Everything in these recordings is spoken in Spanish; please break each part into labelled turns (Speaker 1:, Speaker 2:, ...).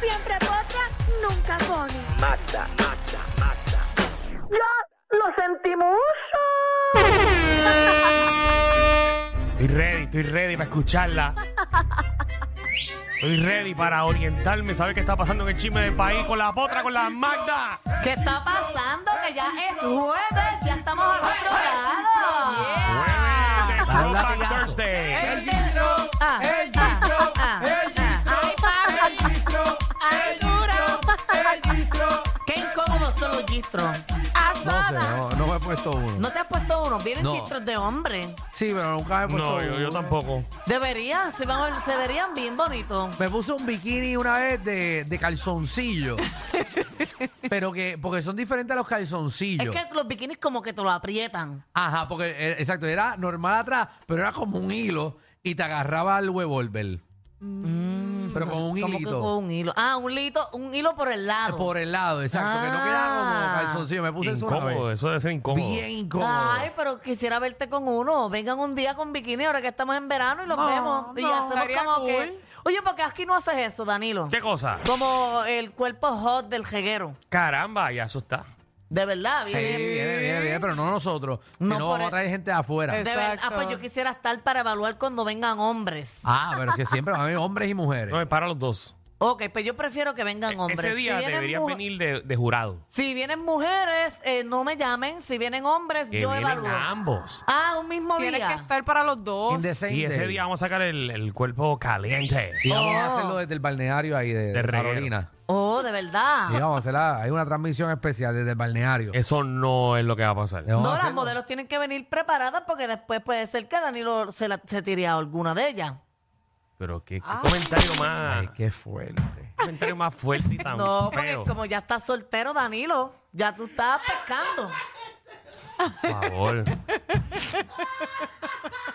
Speaker 1: Siempre potra, nunca pone.
Speaker 2: Mata, mata, mata.
Speaker 1: ¡Ya lo sentimos!
Speaker 3: Estoy ready, estoy ready para escucharla. Estoy ready para orientarme, saber qué está pasando en el chisme del país con la potra, con la Magda.
Speaker 4: ¿Qué está pasando? Que ya es jueves, ya estamos al otro lado.
Speaker 3: Jueves de
Speaker 4: Ah,
Speaker 3: Throwback
Speaker 4: latigazo.
Speaker 3: Thursday.
Speaker 4: El bicho, el bicho, el Qué incómodos son los gistros.
Speaker 5: No sé, no, no me he puesto uno.
Speaker 4: ¿No te has puesto uno? Vienen
Speaker 5: No.
Speaker 4: gistros de hombre.
Speaker 5: Sí, pero nunca me he puesto
Speaker 3: No,
Speaker 5: uno.
Speaker 3: yo, yo tampoco.
Speaker 4: Deberían, se, van a- se verían bien bonitos.
Speaker 5: Me puse un bikini una vez de, de calzoncillo. pero que, porque son diferentes a los
Speaker 4: Es
Speaker 5: calzoncillos.
Speaker 4: que los bikinis como que te lo aprietan.
Speaker 5: Ajá, porque, eh, exacto, era normal atrás, pero era como un hilo y te agarraba al revolver. pero con
Speaker 4: Mm. Como
Speaker 5: un
Speaker 4: que
Speaker 5: hilito. Eh,
Speaker 4: con un hilo. Ah, un hilo, un hilo por el lado.
Speaker 5: Por el lado, exacto, que no
Speaker 4: Ah.
Speaker 5: quedaba como calzoncillo. Me puse eso una
Speaker 3: Incómodo,
Speaker 5: vez.
Speaker 3: eso debe ser incómodo.
Speaker 5: Bien incómodo.
Speaker 4: Ay, pero quisiera verte con uno. Vengan un día con bikini ahora que estamos en verano y los vemos. Y hacemos como que. Oye, porque aquí no haces eso, Danilo.
Speaker 3: ¿Qué cosa?
Speaker 4: Como el cuerpo hot del jeguero.
Speaker 3: Caramba, ya eso está.
Speaker 4: De verdad,
Speaker 5: Sí,
Speaker 4: bien.
Speaker 5: viene, viene, viene, pero no nosotros.
Speaker 4: No
Speaker 5: No, no
Speaker 4: por
Speaker 5: vamos
Speaker 4: el-
Speaker 5: a traer gente de afuera.
Speaker 4: De verdad. Ah, pues yo quisiera estar para evaluar cuando vengan hombres.
Speaker 5: Ah, pero es que siempre van a haber hombres y mujeres.
Speaker 3: No, es para los dos.
Speaker 4: Ok, pues yo prefiero que vengan hombres.
Speaker 3: E-, Ese día
Speaker 4: vienen
Speaker 3: deberían
Speaker 4: mu-
Speaker 3: venir de, de jurado.
Speaker 4: Si vienen mujeres, eh, no me llamen. Si vienen hombres,
Speaker 3: Que
Speaker 4: yo
Speaker 3: vienen
Speaker 4: evalúo.
Speaker 3: ambos.
Speaker 4: Ah, un mismo
Speaker 6: Tienes
Speaker 4: día.
Speaker 6: que estar para los dos.
Speaker 5: Indecente.
Speaker 3: Y ese día vamos a sacar el, el cuerpo caliente.
Speaker 5: Y vamos a hacerlo desde el balneario ahí de,
Speaker 3: De reguero.
Speaker 5: Carolina.
Speaker 4: Oh, de verdad.
Speaker 5: Y vamos a hacerla. Hay una transmisión especial desde el balneario.
Speaker 3: Eso no es lo que va a pasar.
Speaker 5: Le vamos a
Speaker 4: No, las
Speaker 5: hacerlo.
Speaker 4: modelos tienen que venir preparadas porque después puede ser que Danilo se, la, se tire a alguna de ellas.
Speaker 3: Pero qué, qué
Speaker 6: Ah.
Speaker 3: comentario más.
Speaker 5: Ay, qué fuerte.
Speaker 3: qué comentario más fuerte y tan
Speaker 4: No, porque
Speaker 3: feo.
Speaker 4: como ya estás soltero, Danilo, ya tú estás pescando.
Speaker 3: Por favor.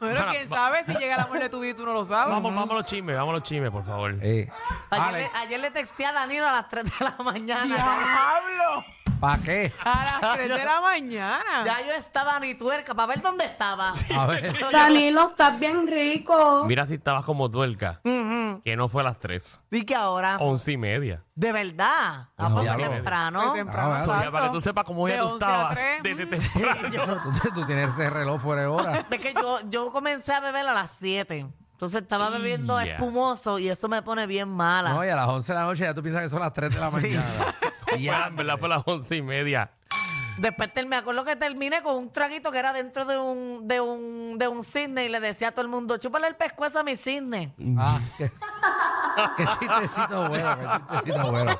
Speaker 6: Bueno,
Speaker 3: Para-
Speaker 6: quién sabe si llega el amor de tu vida y tú no lo sabes.
Speaker 3: Vamos, vamos a los chismes, vamos a los chismes, por favor.
Speaker 5: Eh.
Speaker 4: Ayer le,
Speaker 5: Alex,
Speaker 4: ayer le texté a Danilo a las 3 de la mañana.
Speaker 6: ¡Diablo!
Speaker 5: ¿para qué?
Speaker 6: A las 3 de la mañana.
Speaker 4: Ya yo estaba ni tuerca para ver dónde estaba.
Speaker 5: A ver.
Speaker 7: Danilo, estás bien rico.
Speaker 3: Mira si estabas como tuerca, que no fue a las 3,
Speaker 4: Y que ahora,
Speaker 3: once y media.
Speaker 4: de verdad,
Speaker 5: Oh. No,
Speaker 4: vamos
Speaker 5: ya
Speaker 3: lo-
Speaker 4: temprano.
Speaker 6: Muy temprano,
Speaker 5: Ah, bueno.
Speaker 3: Mira,
Speaker 6: exacto.
Speaker 3: para que tú sepas cómo ya
Speaker 6: De
Speaker 3: tú
Speaker 6: 11 a
Speaker 3: estabas
Speaker 6: 3,
Speaker 3: desde
Speaker 6: mm.
Speaker 3: temprano.
Speaker 5: tú, tú tienes ese reloj fuera de hora.
Speaker 4: De que yo, yo comencé a beber a las 7. Entonces estaba bebiendo
Speaker 3: Ya.
Speaker 4: espumoso y eso me pone bien mala.
Speaker 5: No, y a las 11 de la noche ya tú piensas que son las 3 de la mañana.
Speaker 3: Fue a- en verdad fue a las once y media.
Speaker 4: Después te- me acuerdo que terminé con un traguito que era dentro de un, de un, de un cisne y le decía a todo el mundo, chúpale el pescuezo a mi cisne.
Speaker 5: Ah, qué, qué chistecito bueno, qué chistecito bueno.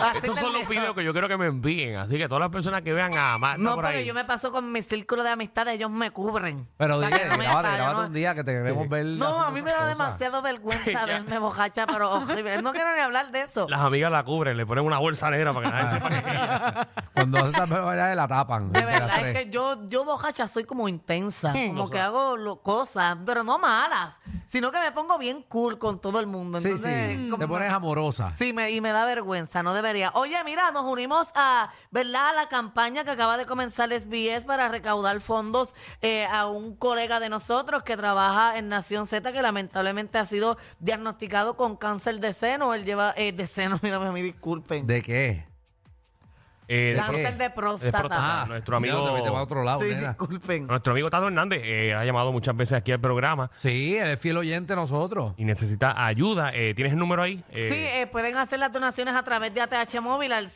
Speaker 4: Así
Speaker 3: Esos son
Speaker 4: terminé.
Speaker 3: los videos que yo quiero que me envíen. Así que todas las personas que vean a Marta
Speaker 4: No,
Speaker 3: por
Speaker 4: porque
Speaker 3: ahí.
Speaker 4: yo me paso con mi círculo de amistades, ellos me cubren.
Speaker 5: Pero
Speaker 4: Para que
Speaker 5: dije,
Speaker 4: no me
Speaker 5: grábate,
Speaker 4: apague,
Speaker 5: grábate
Speaker 4: ¿no?
Speaker 5: un día que te queremos ver.
Speaker 4: No,
Speaker 5: haciendo
Speaker 4: a mí me
Speaker 5: esas
Speaker 4: da
Speaker 5: cosas.
Speaker 4: demasiado vergüenza verme bojacha, pero horrible. No quiero ni hablar de eso.
Speaker 3: Las amigas la cubren, le ponen una bolsa negra para que nadie sepa que es ella.
Speaker 5: Cuando haces esas barbaridades la tapan.
Speaker 4: De
Speaker 5: desde las
Speaker 4: verdad, es
Speaker 5: tres.
Speaker 4: que yo, yo bojacha soy como intensa, como
Speaker 3: lo
Speaker 4: que
Speaker 3: sabes.
Speaker 4: hago lo- cosas, pero no malas, sino que me pongo bien cool con todo el mundo.
Speaker 5: Sí,
Speaker 4: Entonces,
Speaker 5: sí.
Speaker 4: como-
Speaker 5: Te pones amorosa.
Speaker 4: Sí, me, y me da vergüenza, no debería. Oye, mira, nos unimos a, ¿verdad? a la campaña que acaba de comenzar SBS para recaudar fondos eh, a un colega de nosotros que trabaja en Nación Z, que lamentablemente ha sido diagnosticado con cáncer de seno. Él lleva, eh, de seno, mírame a mí, disculpen.
Speaker 5: ¿De qué?
Speaker 3: Eh,
Speaker 5: ¿de Ah,
Speaker 4: cáncer
Speaker 5: qué?
Speaker 4: de próstata.
Speaker 3: próstata. Ah, nuestro amigo-
Speaker 5: Te va a otro lado,
Speaker 4: sí,
Speaker 5: nena.
Speaker 4: disculpen.
Speaker 3: Nuestro amigo Tato Hernández eh, ha llamado muchas veces aquí al programa
Speaker 5: Sí, él es fiel oyente de nosotros.
Speaker 3: y necesita ayuda. Eh, ¿Tienes el número ahí? Eh,
Speaker 4: Sí, eh, pueden hacer las donaciones a través de ATH Móvil al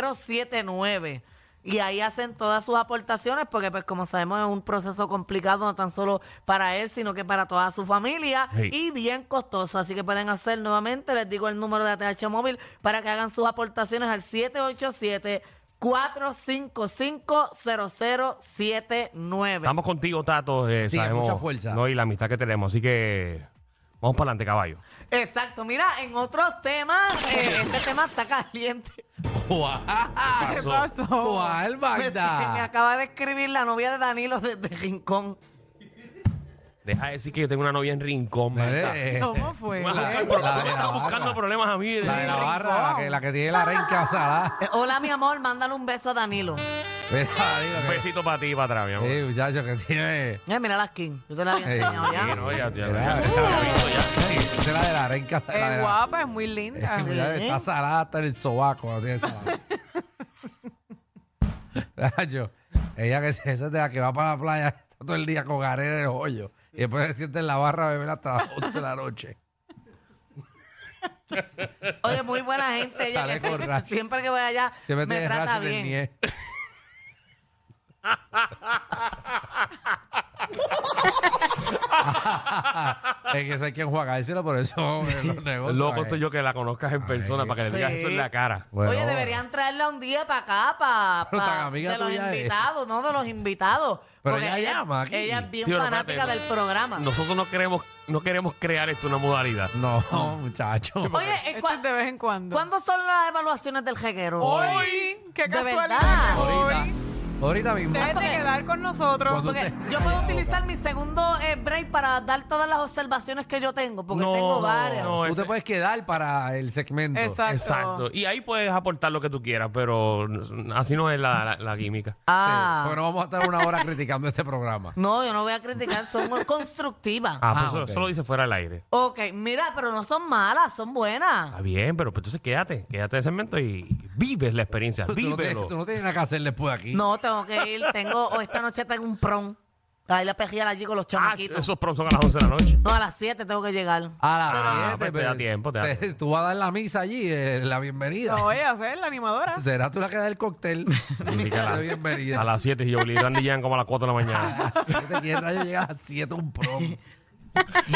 Speaker 4: 787-455-0079. Y ahí hacen todas sus aportaciones porque, pues, como sabemos, es un proceso complicado no tan solo para él, sino que para toda su familia
Speaker 3: Sí.
Speaker 4: y bien costoso. Así que pueden hacer nuevamente, les digo el número de ATH Móvil para que hagan sus aportaciones al 787 455 0079
Speaker 3: Estamos contigo, eh, Tato. eh,
Speaker 5: Sí,
Speaker 3: sabemos,
Speaker 5: mucha fuerza.
Speaker 3: ¿no? Y la amistad que tenemos. Así que Vamos para adelante, caballo.
Speaker 4: Exacto. Mira, en otros temas, eh, este tema está caliente.
Speaker 5: ¿Cuál?
Speaker 6: ¿Qué pasó?
Speaker 5: ¿Cuál,
Speaker 4: Me, me
Speaker 5: Magda?
Speaker 4: acaba de escribir la novia de Danilo desde Rincón.
Speaker 3: Deja de decir que yo tengo una novia en rincón, ¿verdad?
Speaker 5: Eh, eh,
Speaker 6: ¿Cómo fue?
Speaker 3: Bueno,
Speaker 5: la-
Speaker 3: pero tú
Speaker 5: la-
Speaker 3: me
Speaker 5: la-
Speaker 3: estás buscando problemas a mí.
Speaker 5: La de la
Speaker 6: Rincón.
Speaker 5: barra, la que, la que tiene la arenca asada.
Speaker 4: Eh, hola, mi amor, mándale un beso a Danilo. Eh,
Speaker 5: Mira,
Speaker 3: Un
Speaker 5: digo
Speaker 3: besito para ti y para atrás, mi amor.
Speaker 5: que- Sí, muchacho, que tiene...
Speaker 4: Eh, mira la skin. Yo te la había enseñado
Speaker 3: Sí,
Speaker 4: ya.
Speaker 3: no, ya, ya,
Speaker 5: Mira,
Speaker 3: ya.
Speaker 5: mira, sí, esa es la de la arenca. la de
Speaker 6: Es
Speaker 5: la-
Speaker 6: guapa, es muy linda.
Speaker 5: Eh, mira,
Speaker 4: ¿Eh?
Speaker 5: Está salada hasta en el sobaco. la tiene salada. Nacho, ella que se- esa es de la que va para la playa está todo el día con arena en el hoyo. Y después se siente en la barra a beber hasta las 11 de la noche.
Speaker 4: Oye, muy buena gente. Ella
Speaker 5: Sale
Speaker 4: que
Speaker 5: con
Speaker 4: sie-
Speaker 5: rash.
Speaker 4: siempre que voy allá
Speaker 5: Se mete
Speaker 4: me
Speaker 5: de
Speaker 4: trata
Speaker 5: racha en el
Speaker 4: bien.
Speaker 5: nie. es que eso hay que enjuagárselo por eso en los negocios.
Speaker 3: Loco
Speaker 5: eh.
Speaker 3: estoy yo que la conozcas en persona para que le digas
Speaker 4: Sí.
Speaker 3: eso en la cara.
Speaker 5: Bueno,
Speaker 4: Oye, deberían traerla un día para acá, para
Speaker 5: Pero tan amiga
Speaker 4: de los
Speaker 5: tuya es.
Speaker 4: invitados, no de los invitados.
Speaker 5: Pero ella llama aquí.
Speaker 4: Ella es bien
Speaker 3: Sí, pero
Speaker 4: fanática
Speaker 3: espérate.
Speaker 4: del programa.
Speaker 3: Nosotros no queremos, no queremos crear esto una modalidad.
Speaker 5: No, muchacho.
Speaker 4: Oye, eh,
Speaker 6: Esto
Speaker 4: ¿cuá-
Speaker 6: es de vez en cuando.
Speaker 4: ¿cuándo son las evaluaciones del jeguero?
Speaker 6: Hoy. Qué
Speaker 4: De
Speaker 6: casualidad
Speaker 4: verdad.
Speaker 6: que
Speaker 5: ahorita,
Speaker 6: hoy.
Speaker 5: ahorita mismo.
Speaker 6: Debes de quedar con nosotros.
Speaker 5: Cuando
Speaker 6: porque-
Speaker 4: Porque
Speaker 5: usted-
Speaker 4: yo puedo utilizar mi segundo eh, break para dar todas las observaciones que yo tengo, porque
Speaker 3: No,
Speaker 4: tengo
Speaker 3: no,
Speaker 4: varias.
Speaker 3: no.
Speaker 5: Tú
Speaker 3: ese-
Speaker 5: te puedes quedar para el segmento.
Speaker 6: Exacto.
Speaker 3: Exacto. Y ahí puedes aportar lo que tú quieras, pero así no es la, la- la química.
Speaker 4: Ah,
Speaker 5: Porque no vamos a estar una hora criticando este programa.
Speaker 4: no, yo no voy a criticar, son muy constructivas.
Speaker 3: Ah, pues
Speaker 5: Ah,
Speaker 3: eso,
Speaker 5: ok.
Speaker 3: eso lo dice fuera del aire.
Speaker 4: Ok, mira, pero no son malas, son buenas.
Speaker 3: Está bien, pero pues, entonces quédate, quédate de segmento y vives la experiencia,
Speaker 5: Tú no, tienes,
Speaker 3: vívelo.
Speaker 5: tú no tienes nada que hacer después aquí.
Speaker 4: No, tengo que ir, tengo, o esta noche tengo un prom. Ahí la pejía allí con los
Speaker 3: Ah,
Speaker 4: chamaquitos.
Speaker 3: esos prom son a las 11 de la noche.
Speaker 4: No, a las 7 tengo que llegar.
Speaker 5: A las
Speaker 3: Ah,
Speaker 5: 7.
Speaker 3: pues te da tiempo, te da tiempo.
Speaker 5: Tú vas a dar la misa allí, eh, la bienvenida.
Speaker 6: No voy a ser la animadora.
Speaker 5: Será tú la que da el cóctel.
Speaker 3: Así que a la-
Speaker 5: de bienvenida.
Speaker 3: A las 7 y yo y Randy llegan como a las 4 de la
Speaker 5: A
Speaker 3: mañana.
Speaker 5: las 7. ¿Quién rayo llega a las 7 un prom?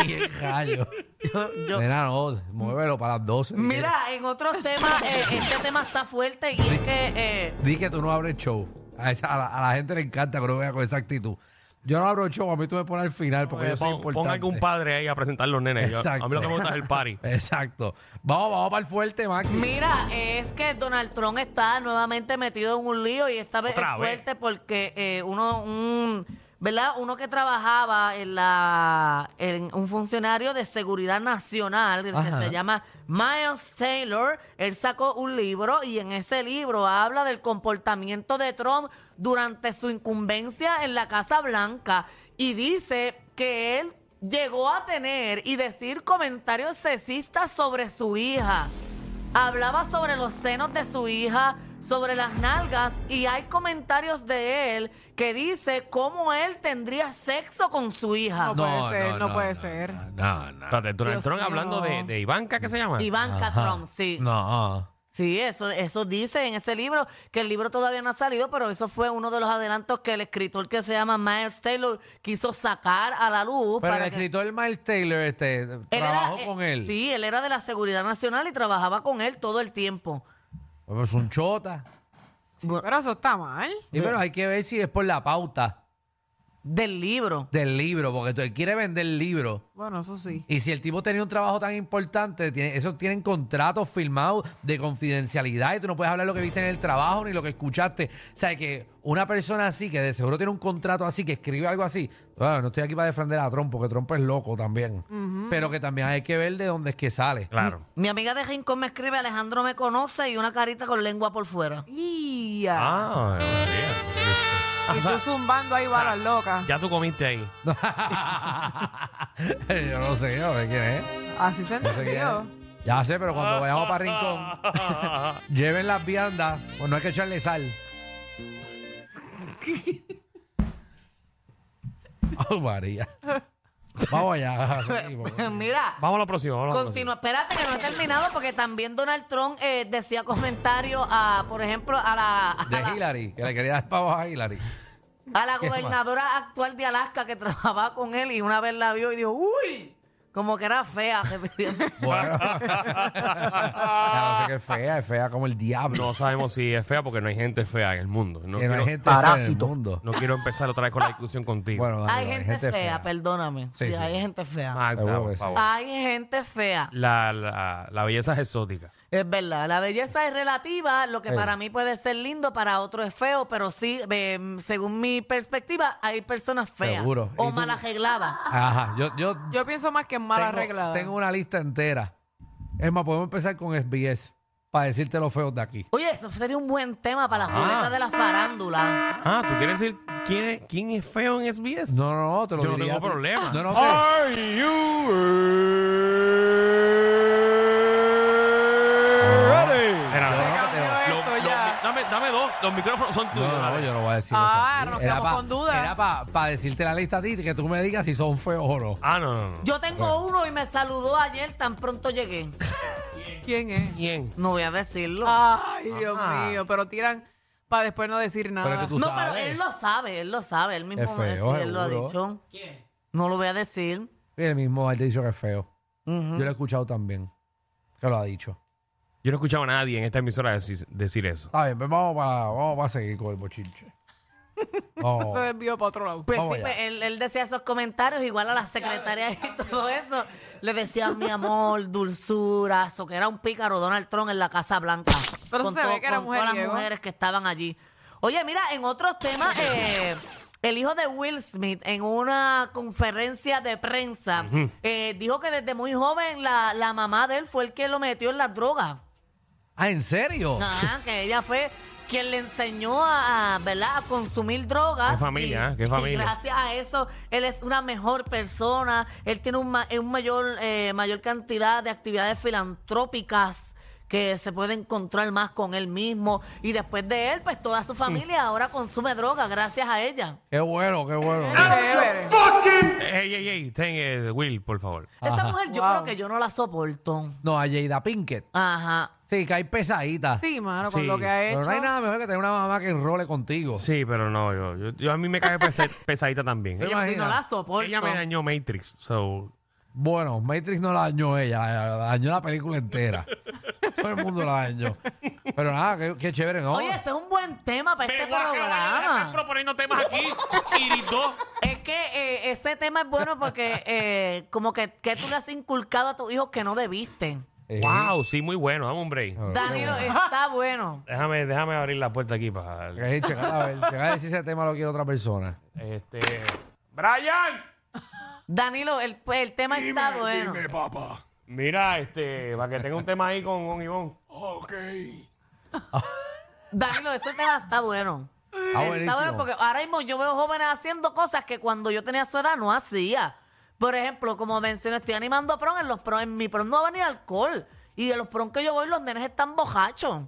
Speaker 5: ¿Quién rayo?
Speaker 4: Yo-
Speaker 5: Mira, no, muévelo para las 12.
Speaker 4: Mira, en otros temas, eh, este tema está fuerte y es que eh,
Speaker 5: Di que tú no abres show. A, esa- a la, a la gente le encanta que uno vea con esa actitud. Yo no abro show, a mí tú me pones al final porque pues yo soy
Speaker 3: Eh, Pon,
Speaker 5: importante.
Speaker 3: pon algún padre ahí a presentar los nenes. Yo- a mí lo que me gusta es el party.
Speaker 5: Exacto. Vamos, vamos para el fuerte, Max.
Speaker 4: Mira, es que Donald Trump está nuevamente metido en un lío y esta vez
Speaker 3: Otra
Speaker 4: es
Speaker 3: vez.
Speaker 4: fuerte porque eh, uno, un, ¿verdad? Uno que trabajaba en la, en un funcionario de seguridad nacional el
Speaker 5: Ajá.
Speaker 4: que se llama Miles Taylor, él sacó un libro y en ese libro habla del comportamiento de Trump durante su incumbencia en la Casa Blanca y dice que él llegó a tener y decir comentarios sexistas sobre su hija. Hablaba sobre los senos de su hija, sobre las nalgas y hay comentarios de él que dice cómo él tendría sexo con su hija.
Speaker 6: No puede ser, no puede ser.
Speaker 5: No, no. no.
Speaker 3: Espérate, Donald
Speaker 6: Dios
Speaker 3: Trump
Speaker 6: mío.
Speaker 3: hablando de, de Ivanka, ¿qué se llama?
Speaker 4: Ivanka
Speaker 5: Ajá.
Speaker 4: Trump, sí.
Speaker 5: No.
Speaker 4: Sí, eso, eso dice en ese libro, que el libro todavía no ha salido, pero eso fue uno de los adelantos que el escritor que se llama Miles Taylor quiso sacar a la luz.
Speaker 5: Pero el
Speaker 4: para que-
Speaker 5: escritor Miles Taylor este,
Speaker 4: Él era,
Speaker 5: trabajó
Speaker 4: eh,
Speaker 5: con él.
Speaker 4: Sí, él era de la Seguridad Nacional y trabajaba con él todo el tiempo.
Speaker 5: Pero es un chota.
Speaker 6: Pero eso está mal.
Speaker 5: Y pero hay que ver si es por la pauta
Speaker 4: Del libro.
Speaker 5: del libro, porque tú- él quiere vender el libro.
Speaker 6: Bueno, eso sí.
Speaker 5: Y si el tipo tenía un trabajo tan importante, tiene, esos tienen contratos firmados de confidencialidad y tú no puedes hablar lo que viste en el trabajo ni lo que escuchaste. O sea, que una persona así, que de seguro tiene un contrato así, que escribe algo así, bueno, no estoy aquí para defender a Trump, porque Trump es loco también. Pero que también hay que ver de dónde es que sale.
Speaker 3: Claro.
Speaker 4: Mi amiga de Rincón me escribe, Alejandro me conoce y una carita con lengua por fuera.
Speaker 6: Y ah,
Speaker 3: Ah,
Speaker 6: y
Speaker 3: María.
Speaker 6: tú zumbando ahí balas locas.
Speaker 3: Ya tú comiste ahí.
Speaker 5: yo no sé, yo no sé quién es.
Speaker 6: Así se
Speaker 5: No sé quién
Speaker 6: entendió.
Speaker 5: es. Ya sé, pero cuando vayamos para Rincón, lleven las viandas, pues no hay que echarle sal. Oh, María. Vamos allá. seguimos.
Speaker 4: Mira,
Speaker 3: Vamos a la próxima. Vamos a la
Speaker 4: Continúa, espérate que no he terminado porque también Donald Trump eh, decía comentarios a, por ejemplo, a la, a
Speaker 5: De
Speaker 4: la-
Speaker 5: Hillary, que le quería dar pavos a Hillary.
Speaker 4: a la gobernadora actual de Alaska que trabajaba con él y una vez la vio y dijo, uy, Como que era fea. repitiendo.
Speaker 5: Bueno. ya no sé qué es fea, es fea como el diablo.
Speaker 3: No sabemos si es fea porque no hay gente fea en el mundo. No,
Speaker 5: Que
Speaker 3: quiero,
Speaker 5: no hay gente fea en el
Speaker 8: Parásito.
Speaker 5: mundo.
Speaker 3: no quiero empezar otra vez con la discusión contigo.
Speaker 5: Bueno, dale,
Speaker 4: hay
Speaker 5: dale,
Speaker 4: gente fea, perdóname.
Speaker 5: Sí,
Speaker 4: Sí,
Speaker 5: sí.
Speaker 4: hay gente fea.
Speaker 3: Magda,
Speaker 5: Seguro
Speaker 3: por
Speaker 5: que sí.
Speaker 3: favor.
Speaker 4: Hay gente fea.
Speaker 3: La, la, la belleza es exótica.
Speaker 4: Es verdad, la belleza es relativa, lo que
Speaker 5: Sí.
Speaker 4: para mí puede ser lindo, para otro es feo, pero sí, em, según mi perspectiva, hay personas feas
Speaker 5: Seguro. ¿Y
Speaker 4: o
Speaker 5: tú?
Speaker 4: mal arregladas.
Speaker 5: Ajá, yo, yo,
Speaker 6: Yo pienso más que es mal
Speaker 5: tengo,
Speaker 6: arreglada.
Speaker 5: tengo una lista entera. Es más, podemos empezar con SBS para decirte los feos de aquí.
Speaker 4: Oye, eso sería un buen tema para las
Speaker 5: Ah.
Speaker 4: juguetas de la farándula.
Speaker 3: Ah, ¿tú quieres decir quién es, quién es feo en SBS?
Speaker 5: No, no, no, te lo
Speaker 3: Yo no
Speaker 5: diría
Speaker 3: tengo
Speaker 5: tú.
Speaker 3: problema. Ah,
Speaker 5: No, no, te-
Speaker 3: Are you ready? Espera, lo-
Speaker 5: Ah. no,
Speaker 6: Se cambió esto
Speaker 3: lo-
Speaker 6: ya.
Speaker 3: dame, dame dos, los micrófonos son tuyos.
Speaker 5: No, no,
Speaker 3: dale.
Speaker 5: yo no voy a decir
Speaker 6: Ah,
Speaker 5: eso.
Speaker 6: nos
Speaker 5: Era
Speaker 6: quedamos
Speaker 5: pa-
Speaker 6: con dudas.
Speaker 5: Era para decirte la lista a ti, que tú me digas si son feos o no.
Speaker 3: Ah, no, no, no.
Speaker 4: Yo tengo uno y me saludó ayer, tan pronto llegué.
Speaker 6: ¿Quién es?
Speaker 3: ¿Quién?
Speaker 4: No voy a decirlo.
Speaker 6: Ah. Ay, Dios mío, pero tiran para después no decir nada.
Speaker 5: Pero que tú
Speaker 4: no,
Speaker 5: sabes.
Speaker 4: pero él lo sabe, él lo sabe, él mismo
Speaker 5: Es
Speaker 4: me
Speaker 5: feo,
Speaker 4: decía, él lo ha
Speaker 5: seguro.
Speaker 4: dicho. ¿Quién? No lo voy a decir.
Speaker 5: El mismo él te dicho que es feo.
Speaker 4: Ujú.
Speaker 5: Yo lo he escuchado también. Que lo ha dicho.
Speaker 3: Yo no he escuchado a nadie en esta emisora decir, decir eso.
Speaker 5: Está bien, pues vamos para, vamos para seguir con el bochinche. Vamos.
Speaker 6: Se desvió para otro lado.
Speaker 4: Pues
Speaker 5: Vamos
Speaker 4: sí,
Speaker 5: allá.
Speaker 4: pues, él, él decía esos comentarios, igual a las secretarias y todo eso. Le decían mi amor, dulzura, eso que era un pícaro Donald Trump en la Casa Blanca.
Speaker 6: Pero se ve que era
Speaker 4: con todas las
Speaker 6: mujeriego.
Speaker 4: mujeres que estaban allí. Oye, mira, en otros temas, eh, el hijo de Will Smith en una conferencia de prensa eh, dijo que desde muy joven la, la mamá de él fue el que lo metió en las drogas.
Speaker 5: Ah, ¿en serio?
Speaker 4: Ajá, que ella fue quien le enseñó a, a, ¿verdad? a consumir drogas.
Speaker 3: Qué familia,
Speaker 4: Y-
Speaker 3: ¿eh? Qué
Speaker 4: y
Speaker 3: familia.
Speaker 4: gracias a eso, él es una mejor persona. Él tiene un, ma- un mayor, eh, mayor cantidad de actividades filantrópicas que se puede encontrar más con él mismo. Y después de él, pues toda su familia
Speaker 3: Mm.
Speaker 4: ahora consume droga gracias a ella.
Speaker 5: Qué bueno, qué bueno.
Speaker 6: Chévere.
Speaker 3: Ey, ey, ey, ten, eh, Will, por favor.
Speaker 4: Esa mujer yo
Speaker 6: Wow.
Speaker 4: creo que yo no la soporto.
Speaker 5: No, a Jada Pinkett.
Speaker 4: Ajá.
Speaker 5: Sí, que hay pesadita.
Speaker 6: Sí, mano, con
Speaker 3: Sí,
Speaker 6: lo que ha
Speaker 5: Pero
Speaker 6: hecho.
Speaker 5: no hay nada mejor que tener una mamá que enrole contigo.
Speaker 3: Sí, pero no, yo, yo- yo- a mí me cae pesa- pesadita también.
Speaker 5: ¿Te
Speaker 3: Ella,
Speaker 4: Si no
Speaker 5: imaginas?
Speaker 4: la soporto.
Speaker 3: ella me dañó Matrix, so...
Speaker 5: Bueno, Matrix no la dañó ella, la- la dañó la película entera. Todo el mundo la dañó. Pero nada, qué, qué chévere, ¿no?
Speaker 4: Oye, ese es un buen tema para este
Speaker 3: voy a acabar,
Speaker 4: programa.
Speaker 3: están proponiendo temas aquí y dos.
Speaker 4: Es que eh, ese tema es bueno porque eh, como que, que tú le has inculcado a tus hijos que no debiste.
Speaker 5: Eh,
Speaker 3: Wow, sí, muy bueno, dame un break.
Speaker 5: Ah.
Speaker 4: Danilo, está bueno.
Speaker 3: Déjame, déjame abrir la puerta aquí para...
Speaker 5: eh, checar a ver, checar a ver si ese tema lo quiere otra persona.
Speaker 3: Este... ¡Brian!
Speaker 4: Danilo, el, el tema está bueno.
Speaker 3: Mira, este, para que tenga un tema ahí con, con Ivonne.
Speaker 4: Danilo, ese tema está bueno.
Speaker 5: Ah,
Speaker 4: Está bueno
Speaker 5: buenísimo.
Speaker 4: porque ahora mismo yo veo jóvenes haciendo cosas que cuando yo tenía su edad no hacía. Por ejemplo, como mencioné, estoy animando a prom, en los prom, en mi prom no va ni alcohol. Y en los prom que yo voy, los nenes están bojachos.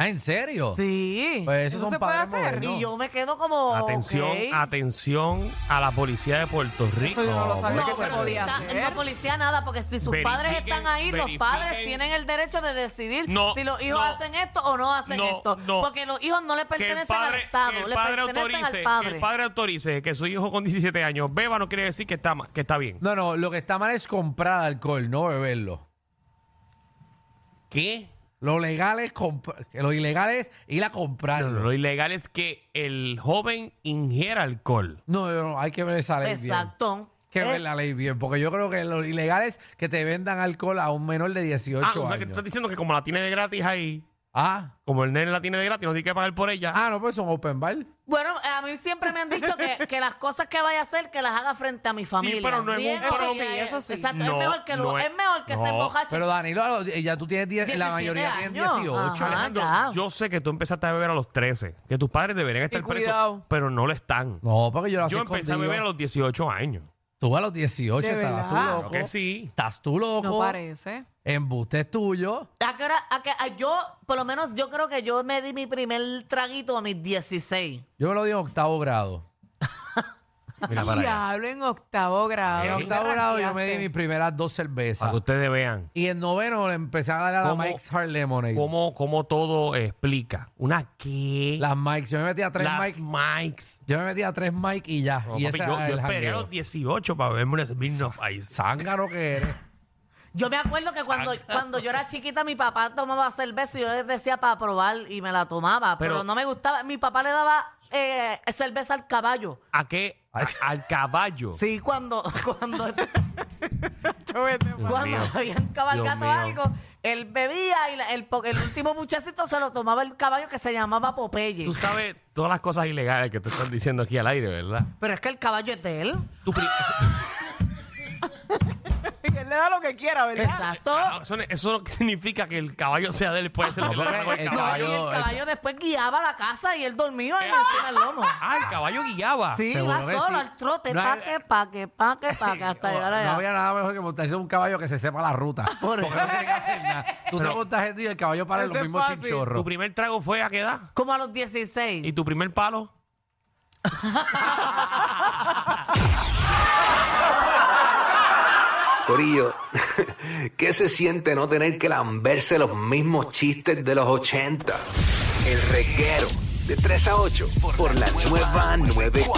Speaker 5: Ah, ¿en serio?
Speaker 4: Sí.
Speaker 5: Pues
Speaker 6: ¿Eso
Speaker 5: esos son
Speaker 6: se puede
Speaker 5: padres
Speaker 6: hacer?
Speaker 5: modernos.
Speaker 4: y yo me quedo como.
Speaker 3: Atención,
Speaker 4: ok.
Speaker 3: atención a la policía de Puerto Rico.
Speaker 6: Eso yo no lo sabía
Speaker 4: No,
Speaker 6: que se
Speaker 4: pero si
Speaker 6: podía
Speaker 4: está-
Speaker 6: hacer.
Speaker 4: no, policía nada, porque si sus padres
Speaker 3: Verifiquen,
Speaker 4: están ahí, los
Speaker 3: verifiquen.
Speaker 4: padres tienen el derecho de decidir
Speaker 3: No,
Speaker 4: si los hijos
Speaker 3: no,
Speaker 4: hacen esto o no hacen
Speaker 3: no,
Speaker 4: esto.
Speaker 3: no.
Speaker 4: Porque los hijos no le
Speaker 3: que el
Speaker 4: pertenecen al
Speaker 3: padre, que
Speaker 4: Estado,
Speaker 3: el
Speaker 4: le
Speaker 3: padre
Speaker 4: pertenecen
Speaker 3: autorice,
Speaker 4: al
Speaker 3: que
Speaker 4: padre.
Speaker 3: el padre autorice que su hijo con 17 años beba no quiere decir que está ma- que está bien.
Speaker 5: No, no, lo que está mal es comprar alcohol, no beberlo.
Speaker 3: ¿Qué?
Speaker 5: Lo legal es comprar, lo ilegal es ir a comprarlo. No,
Speaker 3: Lo ilegal es que el joven ingiera alcohol.
Speaker 5: no, no, hay que ver esa ley bien.
Speaker 4: Exacto.
Speaker 5: Hay que
Speaker 4: Eh,
Speaker 5: ver la ley bien, porque yo creo que lo ilegal es que te vendan alcohol a un menor de 18
Speaker 3: Ah, o sea que tú
Speaker 5: años.
Speaker 3: estás diciendo que como la tiene de gratis ahí,
Speaker 5: ah,
Speaker 3: como el nene la tiene de gratis, no tiene que pagar por ella.
Speaker 5: ah, no, pues son open bar.
Speaker 4: Bueno, eh, a mí siempre me han dicho que, que las cosas que vaya a hacer, que las haga frente a mi familia.
Speaker 3: pero no es un
Speaker 4: eso
Speaker 3: prom.
Speaker 4: sí, eso sí. Exacto, es
Speaker 3: No,
Speaker 4: mejor que, lo-
Speaker 3: no es-
Speaker 4: es mejor que
Speaker 3: no,
Speaker 4: se embojache.
Speaker 5: Pero Danilo, a los- ya tú tienes 10, la
Speaker 4: 17
Speaker 5: mayoría tienen
Speaker 4: años.
Speaker 5: 18.
Speaker 4: Ajá.
Speaker 3: Alejandro,
Speaker 4: ya.
Speaker 3: yo sé que tú empezaste a beber a los 13, que tus padres deberían estar
Speaker 6: Y
Speaker 3: presos,
Speaker 6: cuidado.
Speaker 3: pero no lo están.
Speaker 5: No, porque yo lo
Speaker 3: yo
Speaker 5: hacía
Speaker 3: empecé a
Speaker 5: escondido.
Speaker 3: beber a los 18 años.
Speaker 5: Tú a los 18
Speaker 6: De
Speaker 5: estabas tú
Speaker 6: verdad.
Speaker 5: loco.
Speaker 3: Claro que sí.
Speaker 5: Estás tú loco.
Speaker 6: No parece.
Speaker 5: Embuste es tuyo.
Speaker 4: ¿A qué hora- a qué- a- yo, por lo menos, yo creo que yo me di mi primer traguito a mis 16.
Speaker 5: Yo me lo di en octavo grado.
Speaker 3: Mira para allá.
Speaker 6: Diablo en octavo grado.
Speaker 5: En
Speaker 6: tú me
Speaker 5: octavo grado yo me
Speaker 6: ranqueaste.
Speaker 5: di mis primeras dos
Speaker 3: Para
Speaker 5: cervezas.
Speaker 3: que ustedes vean
Speaker 5: Y en noveno le empecé a dar a la
Speaker 3: ¿Cómo-
Speaker 5: Mike's Hard Lemonade.
Speaker 3: cómo, cómo todo explica. Una que
Speaker 5: Las Mike's. Yo me metí a tres
Speaker 3: Las
Speaker 5: Mike's.
Speaker 3: mics.
Speaker 5: Yo me metí a tres Mike y ya.
Speaker 3: No,
Speaker 5: y
Speaker 3: papi,
Speaker 5: ese
Speaker 3: yo,
Speaker 5: era
Speaker 3: yo
Speaker 5: el
Speaker 3: esperé a
Speaker 5: jangueo.
Speaker 3: los 18 para verme una Smirnoff Ice.
Speaker 5: Zángano que eres.
Speaker 4: Yo me acuerdo que cuando, cuando yo era chiquita, mi papá tomaba cerveza y yo les decía para probar y me la tomaba, pero,
Speaker 3: Pero-
Speaker 4: no me gustaba. Mi papá le daba eh, cerveza al caballo.
Speaker 3: ¿A qué? A- al caballo.
Speaker 4: Sí, cuando, cuando,
Speaker 6: Yo vete, pa-
Speaker 4: cuando
Speaker 3: mío.
Speaker 4: habían cabalgado
Speaker 3: Dios mío.
Speaker 4: algo, él bebía y la- el, po- el último muchachito se lo tomaba el caballo que se llamaba Popeye.
Speaker 3: Tú sabes todas las cosas ilegales que te están diciendo aquí al aire, ¿verdad?
Speaker 4: Pero es que el caballo es de él.
Speaker 3: Tu pri-
Speaker 6: que él le da lo que quiera, ¿verdad?
Speaker 4: Exacto.
Speaker 3: Ah, eso, no- eso no significa que el caballo sea de él, puede ser
Speaker 5: No,
Speaker 3: que le
Speaker 5: porque
Speaker 3: haga con el
Speaker 5: el
Speaker 4: No,
Speaker 3: caballo.
Speaker 4: y el
Speaker 5: caballo-
Speaker 4: caballo después guiaba la casa y él dormía en encima del lomo.
Speaker 3: Ah, el caballo guiaba.
Speaker 4: Sí,
Speaker 5: seguro
Speaker 4: iba
Speaker 5: que
Speaker 4: solo
Speaker 5: sí.
Speaker 4: al trote,
Speaker 5: No
Speaker 4: pa'
Speaker 5: hay-
Speaker 4: que, pa' que, pa' que, pa' que, hasta llegar allá.
Speaker 5: No había nada mejor que montarse un caballo que se sepa la ruta.
Speaker 4: Por-
Speaker 5: Porque no tiene que hacer nada. Tú te montas el día y el caballo para en los
Speaker 6: Ese es
Speaker 5: mismos
Speaker 6: fácil.
Speaker 3: Tu
Speaker 5: chinchorros.
Speaker 3: primer trago fue a qué edad?
Speaker 4: Como a los 16.
Speaker 3: ¿Y tu primer palo?
Speaker 8: Corillo, ¿qué se siente no tener que lamberse los mismos chistes de los 80? El reguero de 3 a 8 por la nueva 94.